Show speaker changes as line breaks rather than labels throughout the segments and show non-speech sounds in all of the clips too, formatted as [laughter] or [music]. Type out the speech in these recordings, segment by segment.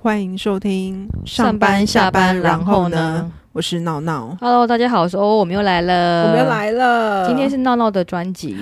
欢迎收听
上班下班，然后呢？
我是闹闹，
？Hello，大家好，我是欧，我们又来了，
我们又。来了。哦
今天是闹闹的专辑，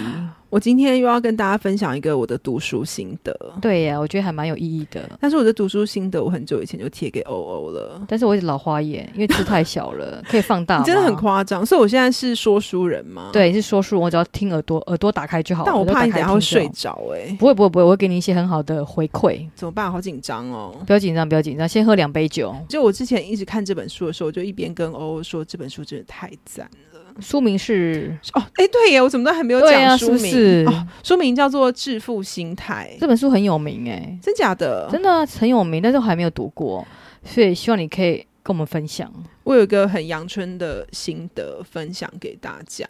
我今天又要跟大家分享一个我的读书心得，
对呀，我觉得还蛮有意义的。
但是我的读书心得我很久以前就贴给欧欧了，
但是我一直老花眼，因为字太小
[laughs]
了，可以放大
你
吗。
真的很夸张，所以我现在是说书人嘛。，
啊对，是说书，我只要听耳朵，耳朵打开就好。
但我
耳朵
怕
打
你等一
开
下会
听就好
睡。着哎、
不会不会不会，我会给你一些很好的回馈。
怎么办？好紧张哦。
不要紧张，不要紧张，先喝两杯酒。
就我之前一直看这本书的时候，我就一边跟欧欧说这本书真的太赞
书名是，
哦，哎、对耶，我怎么都还没有
对啊，
讲
是
书
不
名？
是？
哦书名叫做《致富心态
这》，本书很有名哎，
真假的？
真的啊很有名，但是我还没有读过，所以希望你可以跟我们分享。
我有一个很阳春的心得分享给大家，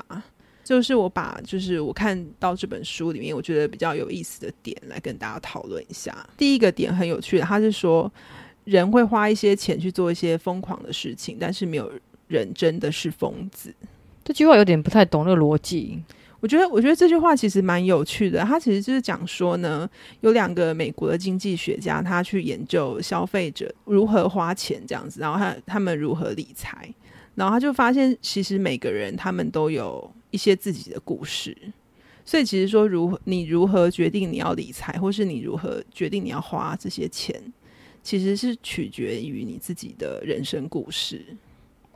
就是我把就是我看到这本书里面我觉得比较有意思的点来跟大家讨论一下。第一个点很有趣的，他是说人会花一些钱去做一些疯狂的事情，但是没有人真的是疯子。
这句话有点不太懂那个逻辑，
我觉得，我觉得这句话其实蛮有趣的。它其实就是讲说呢，有两个美国的经济学家，他去研究消费者如何花钱这样子，然后他他们如何理财，然后他就发现，其实每个人他们都有一些自己的故事。所以其实说如何你如何决定你要理财，或是你如何决定你要花这些钱，其实是取决于你自己的人生故事。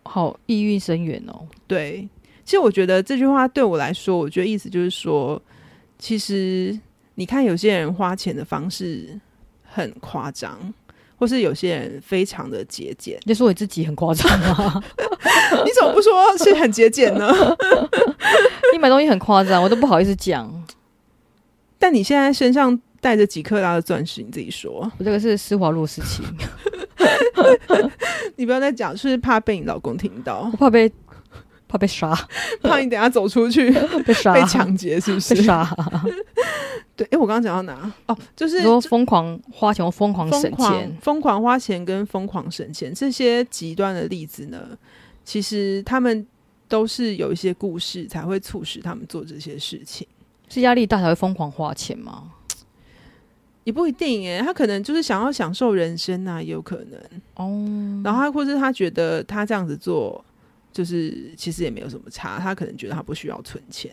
好意蕴深远哦。
对，其实我觉得这句话对我来说，我觉得意思就是说，其实你看有些人花钱的方式很夸张，或是有些人非常的节俭，
你就说你自己很夸张 [laughs] 啊，
你怎么不说是很节俭呢？ [laughs]
你买东西很夸张，我都不好意思讲。
但你现在身上带着几克拉的钻石，你自己说，
我这个是施华洛世奇，
你不要再讲，是怕被你老公听到
我，怕被怕被杀，
怕你等一下走出去
[laughs] 被杀，
被抢劫，是不
啊被
是？
[laughs] 杀。
对，哎、我刚刚讲到哪？哦，就是
你说疯狂花钱，我疯狂省
疯狂
钱，
疯狂花钱跟疯狂省钱这些极端的例子呢，其实他们都是有一些故事才会促使他们做这些事情，
是压力大才会疯狂花钱吗？
也不一定诶，欸他可能就是想要享受人生啊，也有可能。
哦，
然后他或是他觉得他这样子做，就是其实也没有什么差，他可能觉得他不需要存钱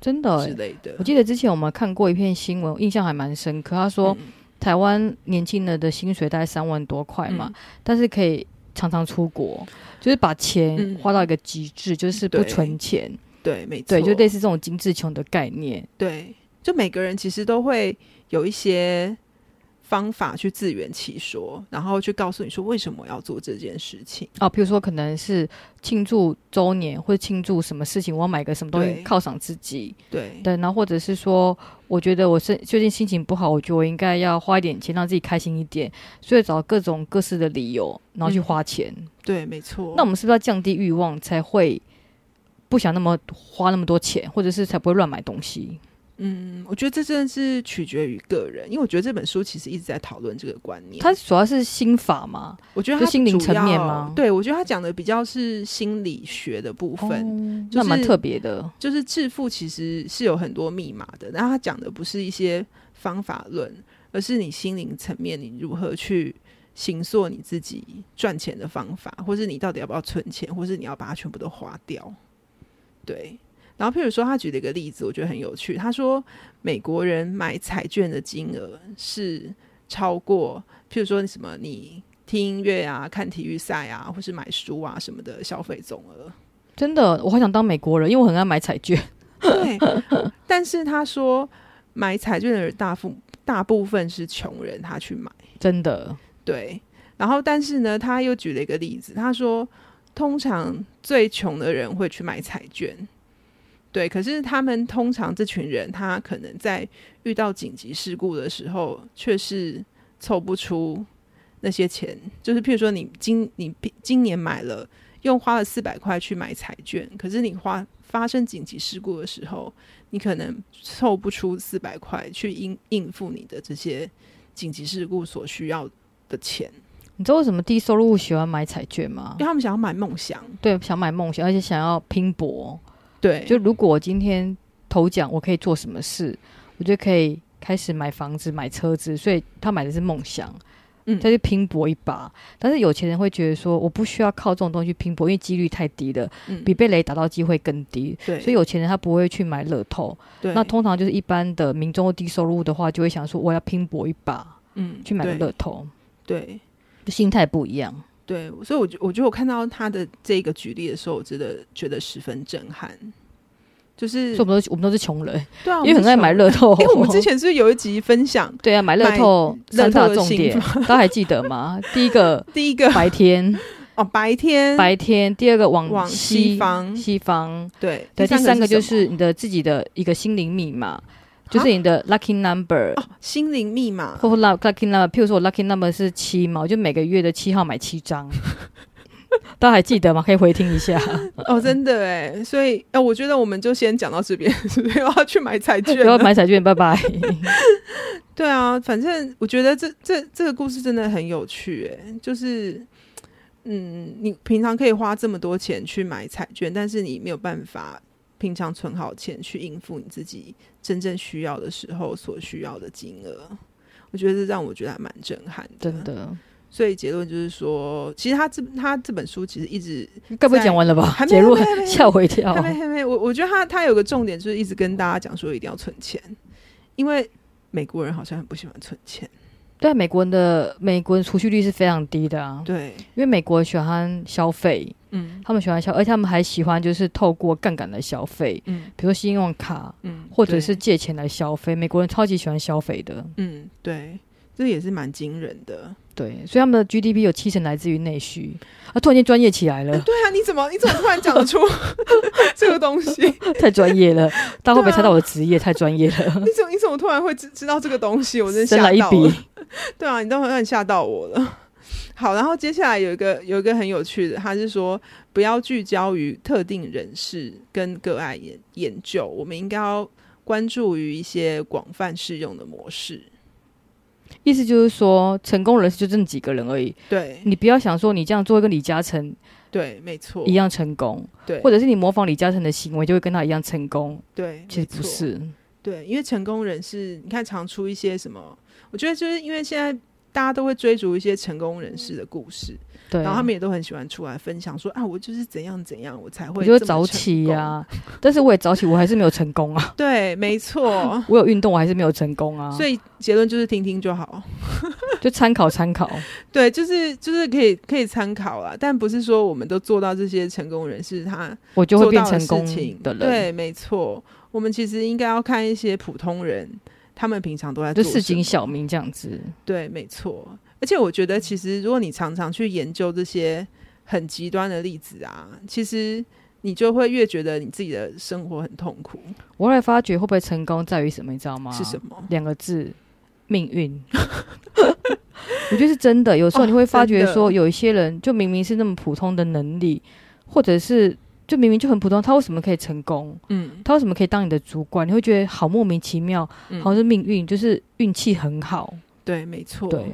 真的
之
欸，
类的
我。记得之前我们看过一篇新闻，我印象还蛮深刻。他说
嗯
台湾年轻人的薪水大概三万多块嘛，
嗯
但是可以常常出国，就是把钱
嗯
花到一个极致，就是不
对
存钱，
对，没错，
对，就类似这种精致穷的概念。
对，就每个人其实都会有一些方法去自圆其说，然后去告诉你说为什么要做这件事情。
啊，比如说可能是庆祝周年，或者庆祝什么事情，我要买个什么东
对
西犒赏自己，
对，
对，然后或者是说，我觉得我是最近心情不好，我觉得我应该要花一点钱让自己开心一点，所以找各种各式的理由，然后去
嗯
花钱。
对，没错。
那我们是不是要降低欲望，才会不想那么花那么多钱，或者是才不会乱买东西？
嗯，我觉得这真的是取决于个人，因为我觉得这本书其实一直在讨论这个观念。
它主要是心法嘛，
我觉得
就
它
心灵
主
层面
要
吗
对，我觉得他讲的比较是心理学的部分，
哦
就
那蛮
是
特别的。
就是致富其实是有很多密码的，但他讲的不是一些方法论，而是你心灵层面你如何去行塑你自己赚钱的方法，或是你到底要不要存钱，或是你要把它全部都花掉。对，然后譬如说他举了一个例子，我觉得很有趣。他说美国人买彩券的金额是超过，譬如说你什么你听音乐啊、看体育赛啊，或是买书啊什么的消费总额。
真的，我好想当美国人，因为我很爱买彩券。
对，但是他说买彩券的人大部大部分是穷人，他去买。
真的，
对，然后但是呢，他又举了一个例子，他说通常最穷的人会去买彩券。对，可是他们通常这群人，他可能在遇到紧急事故的时候，却是凑不出那些钱。就是譬如说你，今你今年买了，用花了四百块去买彩券，可是你花发生紧急事故的时候，你可能凑不出四百块去应应付你的这些紧急事故所需要的钱，
你知道为什么低收入户喜欢买彩券吗 [laughs]
因为？他们想要买梦想。
对，想买梦想，而且想要拼搏。
对，
就如果我今天头奖，我可以做什么事，我就可以开始买房子、买车子。所以他买的是梦想，
嗯
再去拼搏一把。但是有钱人会觉得说，我不需要靠这种东西去拼搏，因为几率太低了，
嗯，
比被雷打到机会更低。
对，
所以有钱人他不会去买乐透，
对
那通常就是一般的民众或低收入的话，就会想说我要拼搏一把
嗯
去买个
对
乐透，
对
心态不一样。
对，所以我觉我觉得我看到他的这个举例的时候，我真的觉得十分震撼。就是
所以我们都是我们都是穷人，
对啊，
因为很爱买乐透。
因为我们之前是不是有一集分享
[laughs] 对啊，买乐透
买
三
乐透
大
的
重点
幸，
大家还记得吗？第一个
第一
[laughs]
个 [laughs]
白天，
哦，白天
白天；第二个往
往
西
西方
西方。
对，
对，第三个就
什
是你的自己的一个心灵密码，
么
就是你的 lucky number
啊哦，心灵密码
或或 lu- lucky number。譬如说我 lucky number 是七嘛，我就每个月的七号买
[laughs]
七张。大家还记得吗？可以回听一下。
哦，真的哎，所以呃，我觉得我们就先讲到这边， [laughs] 是不是要去买
[laughs]
彩 [laughs] 券
不要
了？
买彩券，拜拜。
对啊，反正我觉得这这这个故事真的很有趣哎，就是。嗯，你平常可以花这么多钱去买彩券，但是你没有办法平常存好钱去应付你自己真正需要的时候所需要的金额。我觉得这让我觉得还蛮震撼的。
[laughs] 真的，
所以结论就是说，其实他这他这本书其实一直
该不会讲完了吧
还？没
结论
还没还没
吓我一跳
还。没还没，我我觉得他他有个重点就是一直跟大家讲说一定要存钱，因为美国人好像很不喜欢存钱，
对啊，美国人的美国人储蓄率是非常低的啊，
对，
因为美国人喜欢消费，
嗯
他们喜欢消，而且他们还喜欢就是透过杠杆来消费，
嗯
比如说信用卡
嗯，
或者是
对
借钱来消费。美国人超级喜欢消费的，
嗯对，这也是蛮惊人的。 [laughs]
对，所以他们的 GDP 有七成来自于内需。啊，突然间专业起来了，
对啊，你怎么你怎么突然讲得出 [laughs] 这个东西？你
[laughs] 太专
[laughs]
业了，大家会不
对
会
啊
猜到我的职业？太专业了，
怎么你怎么突然会知知道这个东西？我真的 [laughs]
生
吓
来一
到
笔
了。。对啊，你都很吓到我了。 [laughs] 好，然后接下来有一个有一个很有趣的，他是说不要聚焦于特定人士跟个案研研究，我们应该要关注于一些广泛适用的模式。
意思就是说，成功人士就这么几个人而已，
对
你不要想说你这样做会跟李嘉诚
对，没错，
一样成功，
对，
或
者
者是你模仿李嘉诚的行为就会跟他一样成功，
对，
其实
没错
不是。
对，因为成功人士，你看常出一些什么，我觉得就是因为现在大家都会追逐一些成功人士的故事，
嗯对，啊
然后他们也都很喜欢出来分享说啊，我就是怎样怎样，我才
我
会
就会
这么
早
成
起啊
功
呀、，但是我也早起，我还是没有成功啊。 [laughs]
对，没错。
我有运动，我还是没有成功啊。
所以结论就是听听就好，
就参考参考，
对，就是就是可以可以参考啦，但不是说我们都做到这些成功人士他
我就会
做
变
到
成
的事
功
情
的人。
对，没错，我们其实应该要看一些普通人，他们平常都在
就
做
市
什
井
么
小民这样子，
对，没错。而且我觉得，其实如果你常常去研究这些很极端的例子啊，其实你就会越觉得你自己的生活很痛苦。
我后来发觉会不会成功在于什么，你知道吗？
是什么？
两个字，
[laughs]
命运。我觉得是真的。有时候
哦
你会发觉
真的
说，有一些人就明明是那么普通的能力，或者是就明明就很普通，他为什么可以成功？
嗯，
他为什么可以当你的主管？你会觉得好莫名其妙，
嗯
好像是命运，就是运气很好。
对，没错。
对，，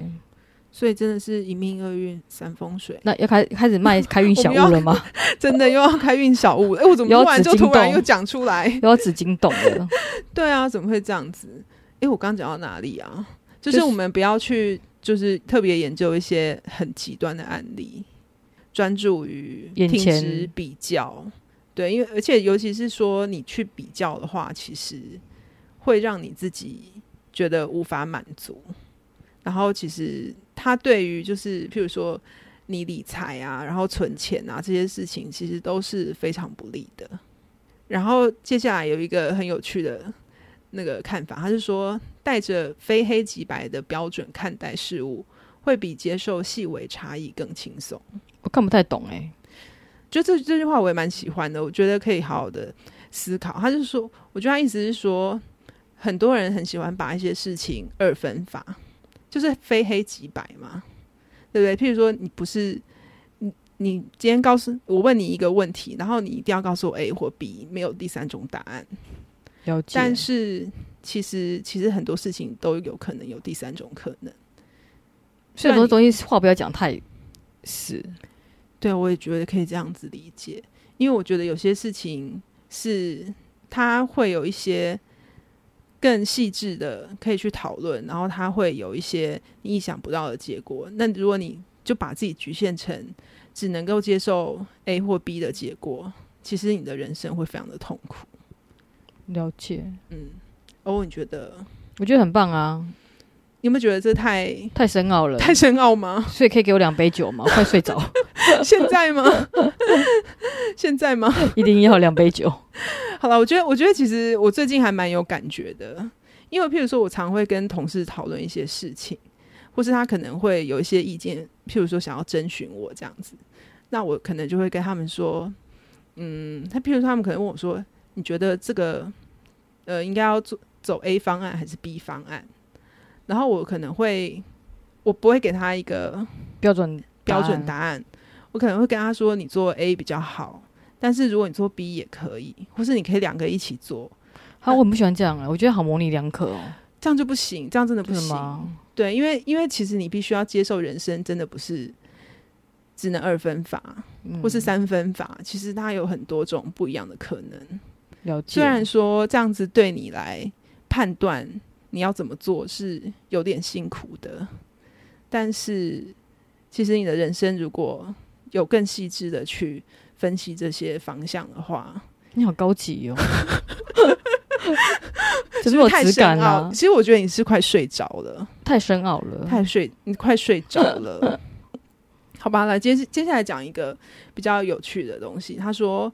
所以真的是一命二运三风水。 [laughs]
那要开开始卖开运小物了吗？
真的又要开运小物了，哎、我怎么
有
突然
紫
就
金
突然
洞
又讲出来？
[laughs]
[laughs]
又要紫金懂了，
对啊，怎么会这样子？哎、我刚讲到哪里啊？就
就是是
我们不要去，就是特别研究一些很极端的案例，专注于
眼
停
前
止比较。对，因为而且尤其是说你去比较的话，其实会让你自己觉得无法满足。然后其实他对于就是譬如说你理财啊，然后存钱啊这些事情，其实都是非常不利的。然后接下来有一个很有趣的那个看法，他是说带着非黑即白的标准看待事物，会比接受细微差异更轻松。
我看不太懂哎、
就这这句话我也蛮喜欢的，我觉得可以好好的思考。他就说，我觉得他意思是说，很多人很喜欢把一些事情二分法，就是非黑即白嘛，对不对？譬如说，你不是你你今天告诉我问你一个问题，然后你一定要告诉我 A 或 B，没有第三种答案。
了解。
但是其实其实很多事情都有可能有第三种可能。
所以很多东西话不要讲太死，
对，我也觉得可以这样子理解，因为我觉得有些事情是它会有一些更细致的可以去讨论，然后它会有一些你意想不到的结果。那如果你就把自己局限成只能够接受 A 或 B 的结果，其实你的人生会非常的痛苦。
了解，
嗯，欧、文，你觉得
我觉得很棒啊，
你有没有觉得这太
太深奥了，
太深奥吗？ [laughs]
所以可以给我两杯酒吗？我 [laughs] 快睡着，
现在吗？ [laughs] 现在吗？
一定要两杯酒。
好了，我觉得，我觉得其实我最近还蛮有感觉的，因为譬如说，我常会跟同事讨论一些事情，或是他可能会有一些意见，譬如说想要征询我这样子，那我可能就会跟他们说，嗯，他譬如说他们可能问我说，你觉得这个呃应该要做走 A 方案还是 B 方案？然后我可能会，我不会给他一个
标准
标准
答
答案，我可能会跟他说你做 A 比较好，但是如果你做 B 也可以，或是你可以两个一起做，
案，啊，我很不喜欢这样啊，我觉得好模棱两可哦，
这样就不行，这样真的不
真的
行。
吗？
对，因为因为其实你必须要接受人生真的不是只能二分法
嗯
或是三分法，其实它有很多种不一样的可能。
了解，
虽然说这样子对你来判断你要怎么做是有点辛苦的，但是其实你的人生如果有更细致的去分析这些方向的话，
你好高
[laughs]
级哦，只
是
是
不
有
是太
质
深
感
奥。
啊
其，实我觉得你是快睡着了，
太深奥了，
太睡，你快睡着了。 [laughs] 好吧，来接接下来讲一个比较有趣的东西。他说，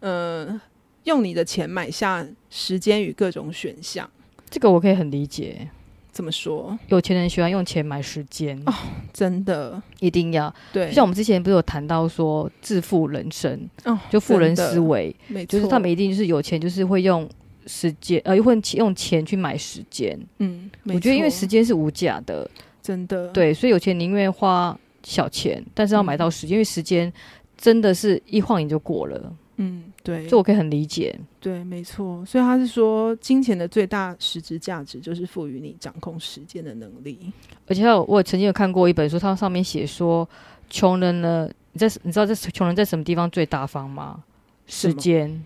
嗯，用你的钱买下时间与各种选项，
这个我可以很理解。
怎么说？
有钱人喜欢用钱买时间，
哦真的，
一定要。
对，
就像我们之前不是有谈到说致富人生，
哦，
就富人
真的
思，维，
没
就是
错
他们一定就是有钱，就是会用时间，呃，会用钱去买时间。
嗯，没
我觉得因为
错
时间是无价的，
真的，
对，所以有钱宁愿花小钱，但是要买到时间，因为时间真的是一晃眼就过了，
嗯，对
这，我可以很理解。
对，没错。所以他是说，金钱的最大实质价值就是赋予你掌控时间的能力。
而且还有我曾经有看过一本书，它上面写说，穷人呢，你在你知道这穷人在什么地方最大方吗？
什
时
么啊
间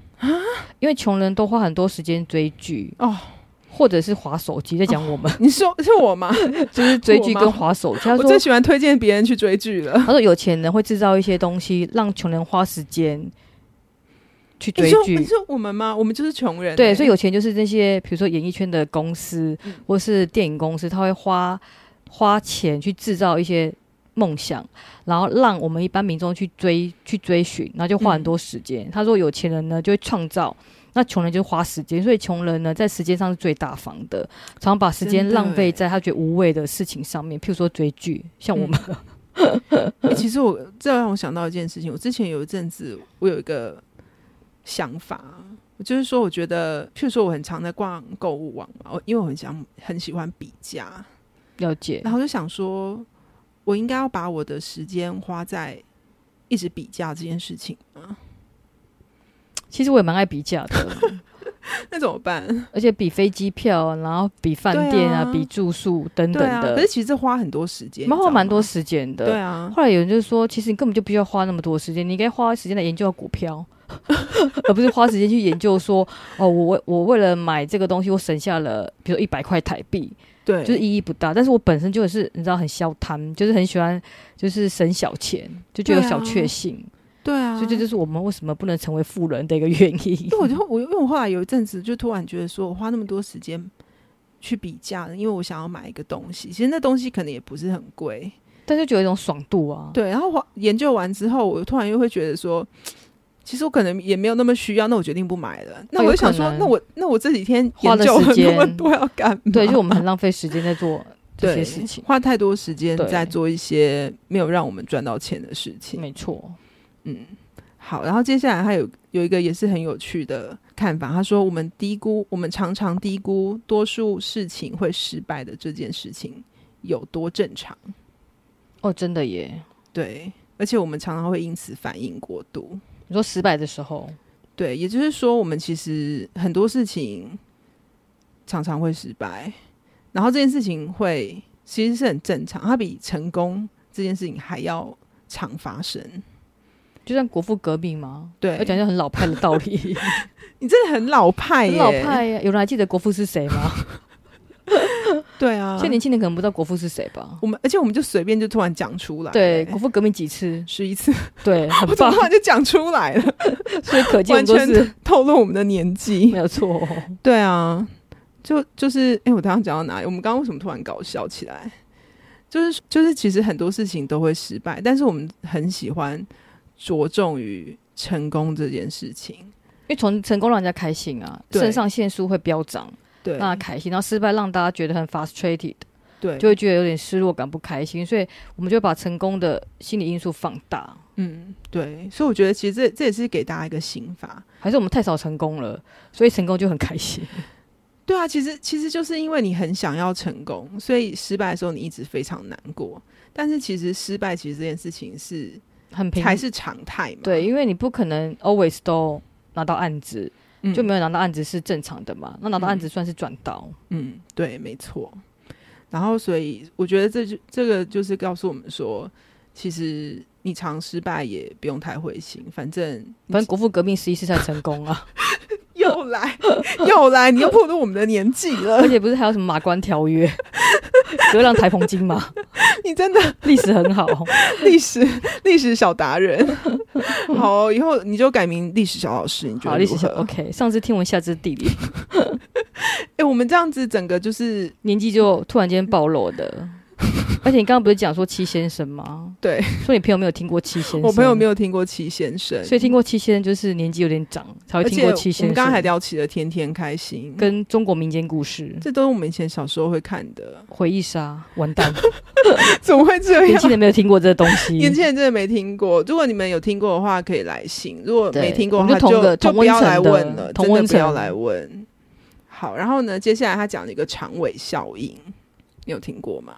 因为穷人都花很多时间追剧
哦，
或者是划手机，在讲我们、
[laughs] 你说是我吗？
就是追剧
我吗
跟划手机。他
我
说
最喜欢推荐别人去追剧了。
他说有钱人会制造一些东西，让穷人花时间去
你
[laughs] 追
说
剧
你。说我们吗？我们就是穷人欸、
对，所以有钱就是那些，比如说演艺圈的公司
嗯
或是电影公司，他会花花钱去制造一些梦想，然后让我们一般民众去追去追寻，然后就
嗯
花很多时间。他说有钱人呢就会创造，那穷人就花时间，所以穷人呢在时间上是最大方的，常把时间
真的
浪费
欸
在他觉得无谓的事情上面，譬如说追剧，像我们、
嗯欸其实我这让我想到一件事情，我之前有一阵子我有一个想法，我就是说，我觉得，譬如说，我很常在逛购物网嘛，我因为我很想很喜欢比价，
[laughs] 了解
然后就想说，我应该要把我的时间花在一直比价这件事情吗？
其实我也蛮爱比
[laughs]
价的，
那怎么办？
而且比飞机票，然后比饭店啊，
对啊
比住宿等等
对啊，
嗯的
可是，其实这花很多时间，
蛮、
你知
花
道
蛮多
吗
时间的。
对啊，
后来有人就说，其实你根本就不需要花那么多时间，你应该花时间来研究股票， [laughs] 而不是花时间去研究说，哦，我为我为了买这个东西，我省下了，比如一百块台币，
对，
就是意义不大。但是我本身就是你知道很消贪，就是很喜欢就是省小钱，就觉得
对
有
啊
小确幸，
对啊，
所以这就是嗯我们为什么不能成为富人的一个原因
因为。我就我因为我后来有一阵子就突然觉得说，我花那么多时间去比价了，因为我想要买一个东西，其实那东西可能也不是很贵，
[laughs] 但是就有一种爽度啊，
对。然后我研究完之后，我突然又会觉得说，其实我可能也没有那么需要，那我决定不买了。那
哦
我
有
就想
可
说，
能
那我那我这几天
花
研
了
究
时
了那么
间
多 [laughs] 要干嘛？
对，就我
[laughs]
们很浪费时间在做这些
对
事情，
花太多时间
对
在做一些没有让我们赚到钱的事情。
没错。
嗯，好，然后接下来还有有一个也是很有趣的看法，他说我们低估，我们常常低估多数事情会失败的这件事情有多正常，
哦，真的耶！
对，而且我们常常会因此反应过度，
你说失败的时候，
对，也就是说，我们其实很多事情常常会失败，然后这件事情会其实是很正常，它比成功这件事情还要常发生。
就像国父革命嘛，
对
要讲一些很老派的道理，
你真的很老派
很
耶，
老派呀、有人还记得国父是谁吗？
对啊，
现在年轻人可能不知道国父是谁吧？
我们而且我们就随便就突然讲出来，
对，国父革命几次？
十一次，
对，很
[laughs] 我怎么
棒
突。然就讲出来了？
所以 [laughs] 可见我
完
们都
全
是
透露我们的年纪
没。有错哦、
对啊，就就是，哎、我刚刚讲到哪里？我们刚刚为什么突然搞笑起来？就是就是，其实很多事情都会失败，但是我们很喜欢着重于成功这件事情。
因为从成功让人家开心啊，
对
肾上腺素会飙涨，
对，
让他开心，然后失败让大家觉得很 frustrated，
对，
啊就会觉得有点失落感、不开心，所以我们就会把成功的心理因素放大。
嗯，对，所以我觉得其实这这也是给大家一个刑罚。
还是我们太少成功了，所以成功就很开心。
对啊，其实其实就是因为你很想要成功，所以失败的时候你一直非常难过。但是其实失败，其实这件事情是
很平
才是常态嘛。
对，，因为你不可能 always 都拿到案子，
嗯
就没有拿到案子是正常的嘛。那拿到案子算是赚到，
嗯，对，没错。然后，所以我觉得这就这个就是告诉我们说，其实你常失败也不用太灰心，反正
反正国父革命十一次才成功啊，
又来 [laughs] 又来，
[laughs]
你又破了我们的年纪了
而，且不是还有什么马关条约、 [laughs] 格朗台澎金
[laughs]
嘛，
你真的
历史很好。
历史历史小达人。 [laughs] 好，以后你就改名历史小老师，你觉
好，
得
历
如
史小
何？
OK。上次天文，下知地理，
哎、我们这样子整个就是
年纪就突然间暴露
[laughs]
的。而且你刚刚不是讲说七先生吗？
对，
说你朋友没有听过七先生，
我朋友没有听过齐先生，
所以听过七先生就是年纪有点长才会
而
听
且
过
我
七先生。
们刚刚还聊起了天天开心，
跟中国民间故事、
这都是我们以前小时候会看的， [laughs]
回忆杀，完蛋，
怎么会这
年
样
轻？人没有听过这个东西。
啊年轻人真的没听过，如果你们有听过的话，可以来信；如果
对
没听过
我
的
们
话，就
就同个
就
同
不
温
要
层
来
的
问了，
同
真的
温
不要
层
来问。好，然后呢，接下来他讲了一个长尾效应，你有听过吗？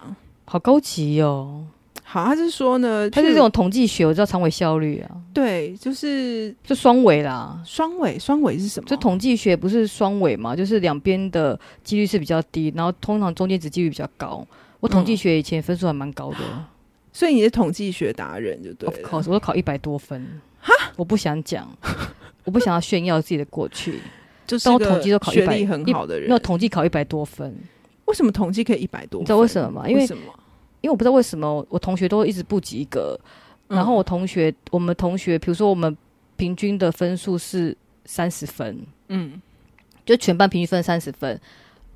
好高级哦，
好，他是说呢，
它
譬
是
如
这种统计学，我知道长尾效率啊，
对，就是
就双尾啦。
双尾，双尾是什么？
就统计学不是双尾嘛，就是两边的几率是比较低，然后通常中间值几率比较高。我统计学以前分数还蛮高的、
所以你是统计学达人就啊对
o f
了。
course，我都考一百多分。我不
[laughs]
想讲，我不想要炫耀自己的过去。
就是
但我
个
统计都考
学
100
历很
一
好的人，
没有统计考一百多分，
为什么统计可以一百多分？
你知道为什么吗因为
什么？
因为我不知道为什么我同学都一直不及格，
嗯
然后我同学，我们同学，比如说我们平均的分数是三十分，
嗯
就全班平均分三十分，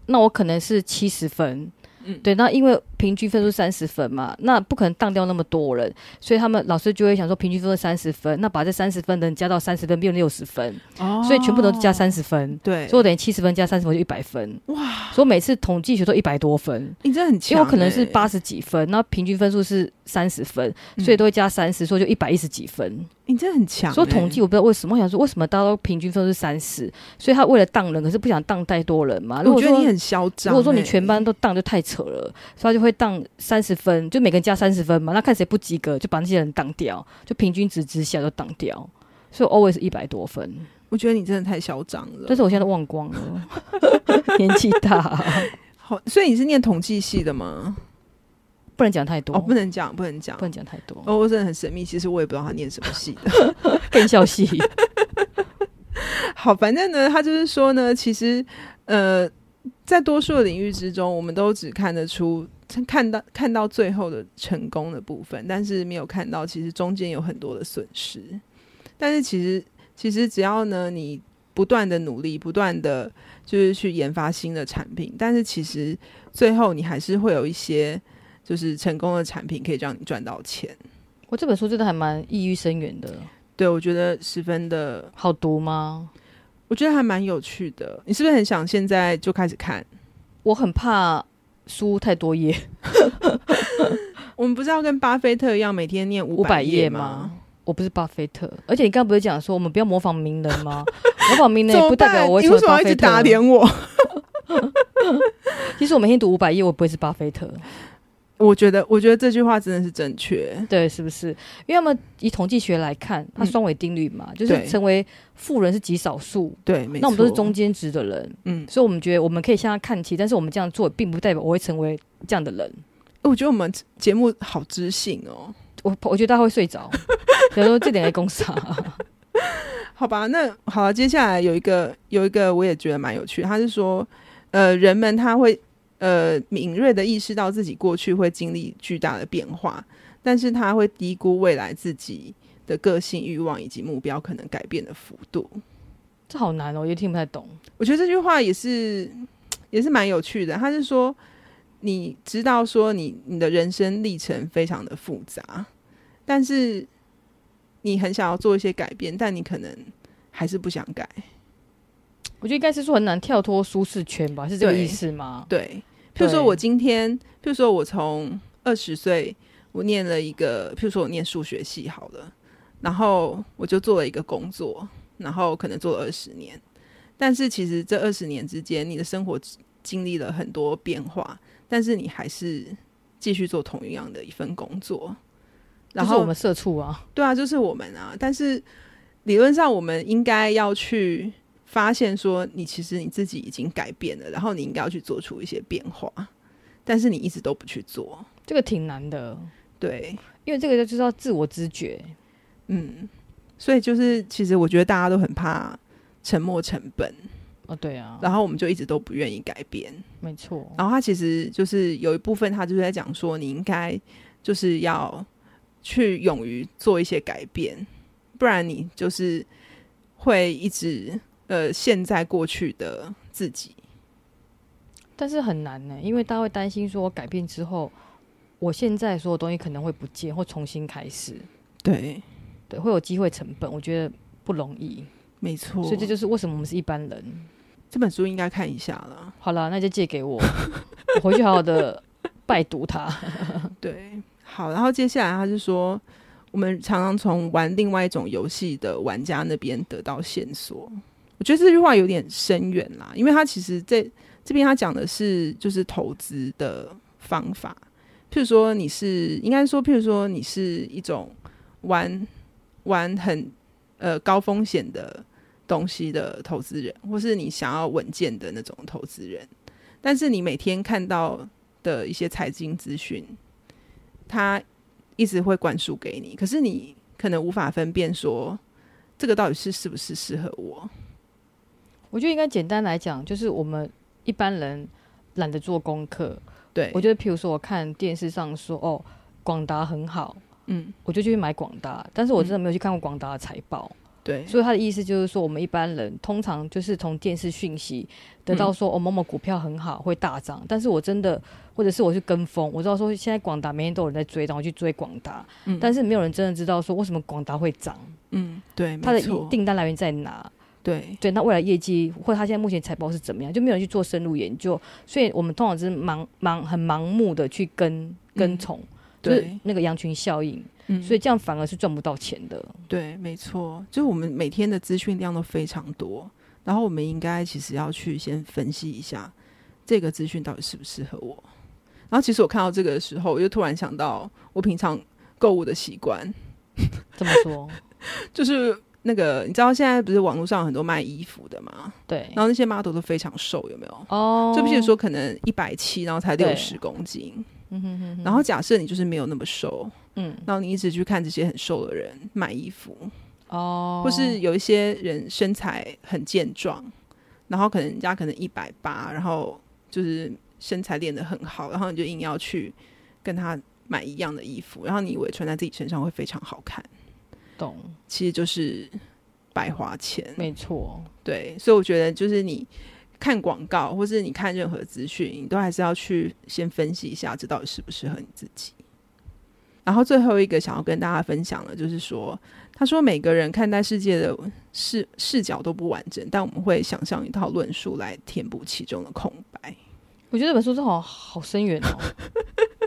那我可能是七十分。
嗯
对，那因为平均分数三十分嘛，那不可能当掉那么多人，所以他们老师就会想说，平均分三十分，那把这三十分的人加到三十分变六十分，
哦
所以全部都是加三十分，
对，
所以我等于七十分加三十分就一百分，哇！所以我每次统计学都一百多分，
你真的很强欸、
因为我可能是八十几分，那平均分数是三十分，
嗯，
所以都会加三十，所以就一百一十几分。
你真的很强欸、
所以统计我不知道为什么，我想说为什么大家都平均分数是三十，所以他为了当人，可是不想当太多人嘛。如
我
果
觉
说
得你很嚣张欸、
如果说你全班都当就太扯了，所以他就会当三十分，就每个人加三十分嘛，那看谁不及格就把那些人当掉，就平均值之下就当掉。所以 always 一百多分，
我觉得你真的太嚣张了。
但是我现在都忘光
[laughs]
了，年纪大，
好，所以你是念统计系的吗？
不能讲太多，
哦，不能讲，不能讲
不。能讲太多，
哦，我真的很神秘，其实我也不知道他念什么系的。
更笑戏。
好，反正呢，他就是说呢，其实呃，在多数的领域之中，我们都只看得出看到看到最后的成功的部分，但是没有看到其实中间有很多的损失。但是其实其实只要呢，你不断的努力，不断的就是去研发新的产品，但是其实最后你还是会有一些就是成功的产品可以让你赚到钱。
我这本书真的还蛮意郁深远的，
对我觉得十分的，
好读吗？
我觉得还蛮有趣的。你是不是很想现在就开始看？
我很怕书太多页，
我们不是要跟巴菲特一样每天念五
500
页
页吗？我不是巴菲特，而且你刚刚不是讲说我们不要模仿名人
[laughs]
吗？模仿名人
怎
也
么
不代表
办？
我
你
会
为
成为
什么
巴
要一
菲
直
特
打
啊。
脸我？ [laughs]
其实我每天读五百页，我不会是巴菲特，
我觉得，我觉得这句话真的是正确。
对，是不是？因为他们以统计学来看，它
嗯
双尾定律嘛，就
对
是成为富人是极少数，
对，没错。
那我们都是中，间值的人，
嗯，
所以我们觉得我们可以向他看齐，但是我们这样做并不代表我会成为这样的人。
我觉得我们节目好知性哦。 [laughs]
我我觉得他会睡着，假如说这点在攻杀，
好吧，那好了，接下来有一个有一个我也觉得蛮有趣的，他是说，呃，人们他会呃敏锐的意识到自己过去会经历巨大的变化，但是他会低估未来自己的个性、欲望以及目标可能改变的幅度。
这好难哦，也听不太懂。
我觉得这句话也是也是蛮有趣的，他是说。你知道说你你的人生历程非常的复杂，但是你很想要做一些改变，但你可能还是不想改。
我觉得应该是说很难跳脱舒适圈吧，是这个意思吗？
对，譬如说我今天，譬如说我从二十岁，我念了一个，譬如说我念数学系好了，然后我就做了一个工作，然后可能做了二十年，但是其实这二十年之间，你的生活经历了很多变化，但是你还是继续做同样的一份工作。然
就是
后
我们社畜啊，
对啊，就是我们啊。但是理论上，我们应该要去发现说，你其实你自己已经改变了，然后你应该要去做出一些变化，但是你一直都不去做。
这个挺难的，
对，
因为这个就是要自我知觉。
嗯，所以就是其实我觉得大家都很怕沉没成本，
哦，对啊，
然后我们就一直都不愿意改变。
没错，
然后他其实就是有一部分，他就是在讲说，你应该就是要去勇于做一些改变，不然你就是会一直呃陷在过去的自己。
但是很难呢，因为大家会担心说，我改变之后，我现在所有东西可能会不见，或重新开始，
对，
对，会有机会成本，我觉得不容易。
没错。
所以这就是为什么我们是一般人。
这本书应该看一下了。
好了，那就借给我， [laughs] 我回去好好的拜读它。
对，好，然后接下来他就说，我们常常从玩另外一种游戏的玩家那边得到线索。我觉得这句话有点深远啦，因为他其实这这边他讲的是就是投资的方法，譬如说你是应该说，譬如说你是一种玩玩很呃高风险的东西的投资人，或是你想要稳健的那种投资人，但是你每天看到的一些财经资讯，他一直会灌输给你，可是你可能无法分辨说这个到底是是不是适合我。
我觉得应该简单来讲，就是我们一般人懒得做功课。
对，
我觉得，譬如说，我看电视上说，哦，广达很好，
嗯，
我就去买广达，但是我真的没有去看过广达的财报。
对，
所以他的意思就是说，我们一般人通常就是从电视讯息得
嗯
到说，哦，某某股票很好，会大涨。但是我真的，或者是我去跟风，我知道说现在广达每天都有人在追，然后我去追广达，
嗯
但是没有人真的知道说为什么广达会涨，
嗯，对，
它的
没错
订单来源在哪？
对，
对，那未来业绩或者它现在目前财报是怎么样，就没有人去做深入研究，所以我们通常是盲盲很盲目的去跟跟从，就是
嗯对，
那个羊群效应，
嗯，
所以这样反而是赚不到钱的。
对，没错，就是我们每天的资讯量都非常多，然后我们应该其实要去先分析一下这个资讯到底适不适合我。然后其实我看到这个的时候，我就突然想到我平常购物的习惯，
这么
[laughs]
说，
就是那个你知道现在不是网络上有很多卖衣服的嘛，
对
然后那些 model 都非常瘦，有没有？
欸哦，
就譬如，说可能一百七，然后才
对
六十公斤，
嗯哼哼哼
然后假设你就是没有那么瘦，
嗯
然后你一直去看这些很瘦的人买衣服，
哦，
或是有一些人身材很健壮，然后可能人家可能一百八，然后就是身材练得很好，然后你就硬要去跟他买一样的衣服，然后你以为穿在自己身上会非常好看，
懂，
其实就是白花钱。
没错，
对，所以我觉得就是你看广告或是你看任何资讯，你都还是要去先分析一下，这到底适不适合你自己。然后最后一个想要跟大家分享的，就是说，他说每个人看待世界的视视角都不完整，但我们会想象一套论述来填补其中的空白。
我觉得这本书正好好深远哦，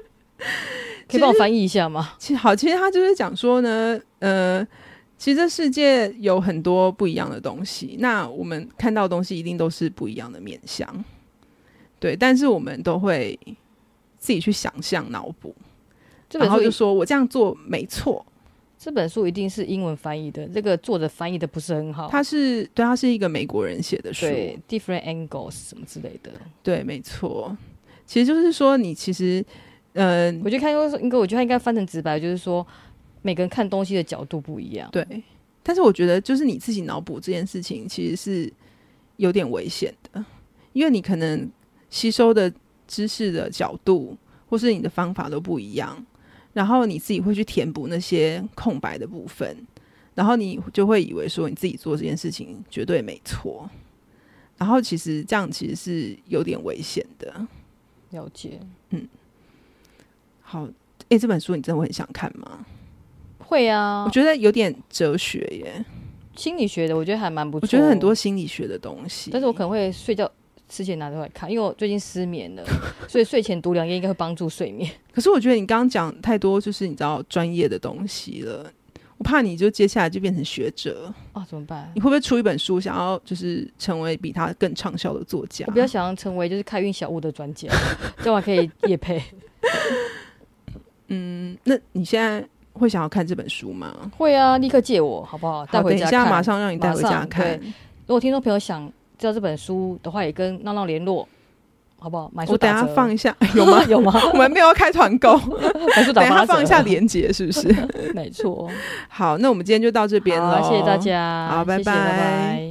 [laughs]
可以帮我翻译一下吗？
其实好，其实他就是讲说呢，呃，其实这世界有很多不一样的东西，那我们看到的东西一定都是不一样的面相，对，但是我们都会自己去想象脑补，
这
然
本
后就
书
说我这样做没错，
这本书一定是英文翻译的，这个作者翻译的不是很好，
他是对，他是一个美国人写的书，
哦对 different angles 什么之类的。
对，没错，其实就是说你其实，嗯、
我觉得看应该应该，我觉得他应该翻成直白，就是说每个人看东西的角度不一样。
对，但是我觉得就是你自己脑补这件事情其实是有点危险的，因为你可能吸收的知识的角度或是你的方法都不一样，然后你自己会去填补那些空白的部分，然后你就会以为说你自己做这件事情绝对没错，然后其实这样其实是有点危险的。
了解，
好，诶，这本书你真的会很想看吗？
会啊，
我觉得有点哲学耶，
心理学的我觉得还蛮不错。
我觉得很多，心理学的东西，
但是我可能会睡觉之前拿出来看，因为我最近失眠了， [laughs] 所以睡前读两页应该会帮助睡
[laughs]
眠。
可是我觉得你刚刚讲太多，就是你知道专业的东西了，我怕你就接下来就变成学者。
啊，怎么办
你？会不会出一本书，想要就是成为比他更畅销的作家
我？比较想要成为就是开运小物的专家， [laughs] 这样我可以也配。
嗯，那你现在会想要看这本书吗？
会啊，立刻借我好不好？带
好，
回
等一
家
下
看。
马上让你带回
马
家
上
看。
如果听众朋友想知道这本书的话，也跟闹闹联络，好不好？买书
我等一
打
下
折？
放一下，有吗
[laughs] 有吗？
我们没有要开团
[laughs]
购，
买书打
[laughs] 等一
八
下
折，
放一下连结，是不
[laughs]
是？
没错。
好，那我们今天就到这边
好
了，
谢谢大。家，
好拜
谢谢
拜
拜拜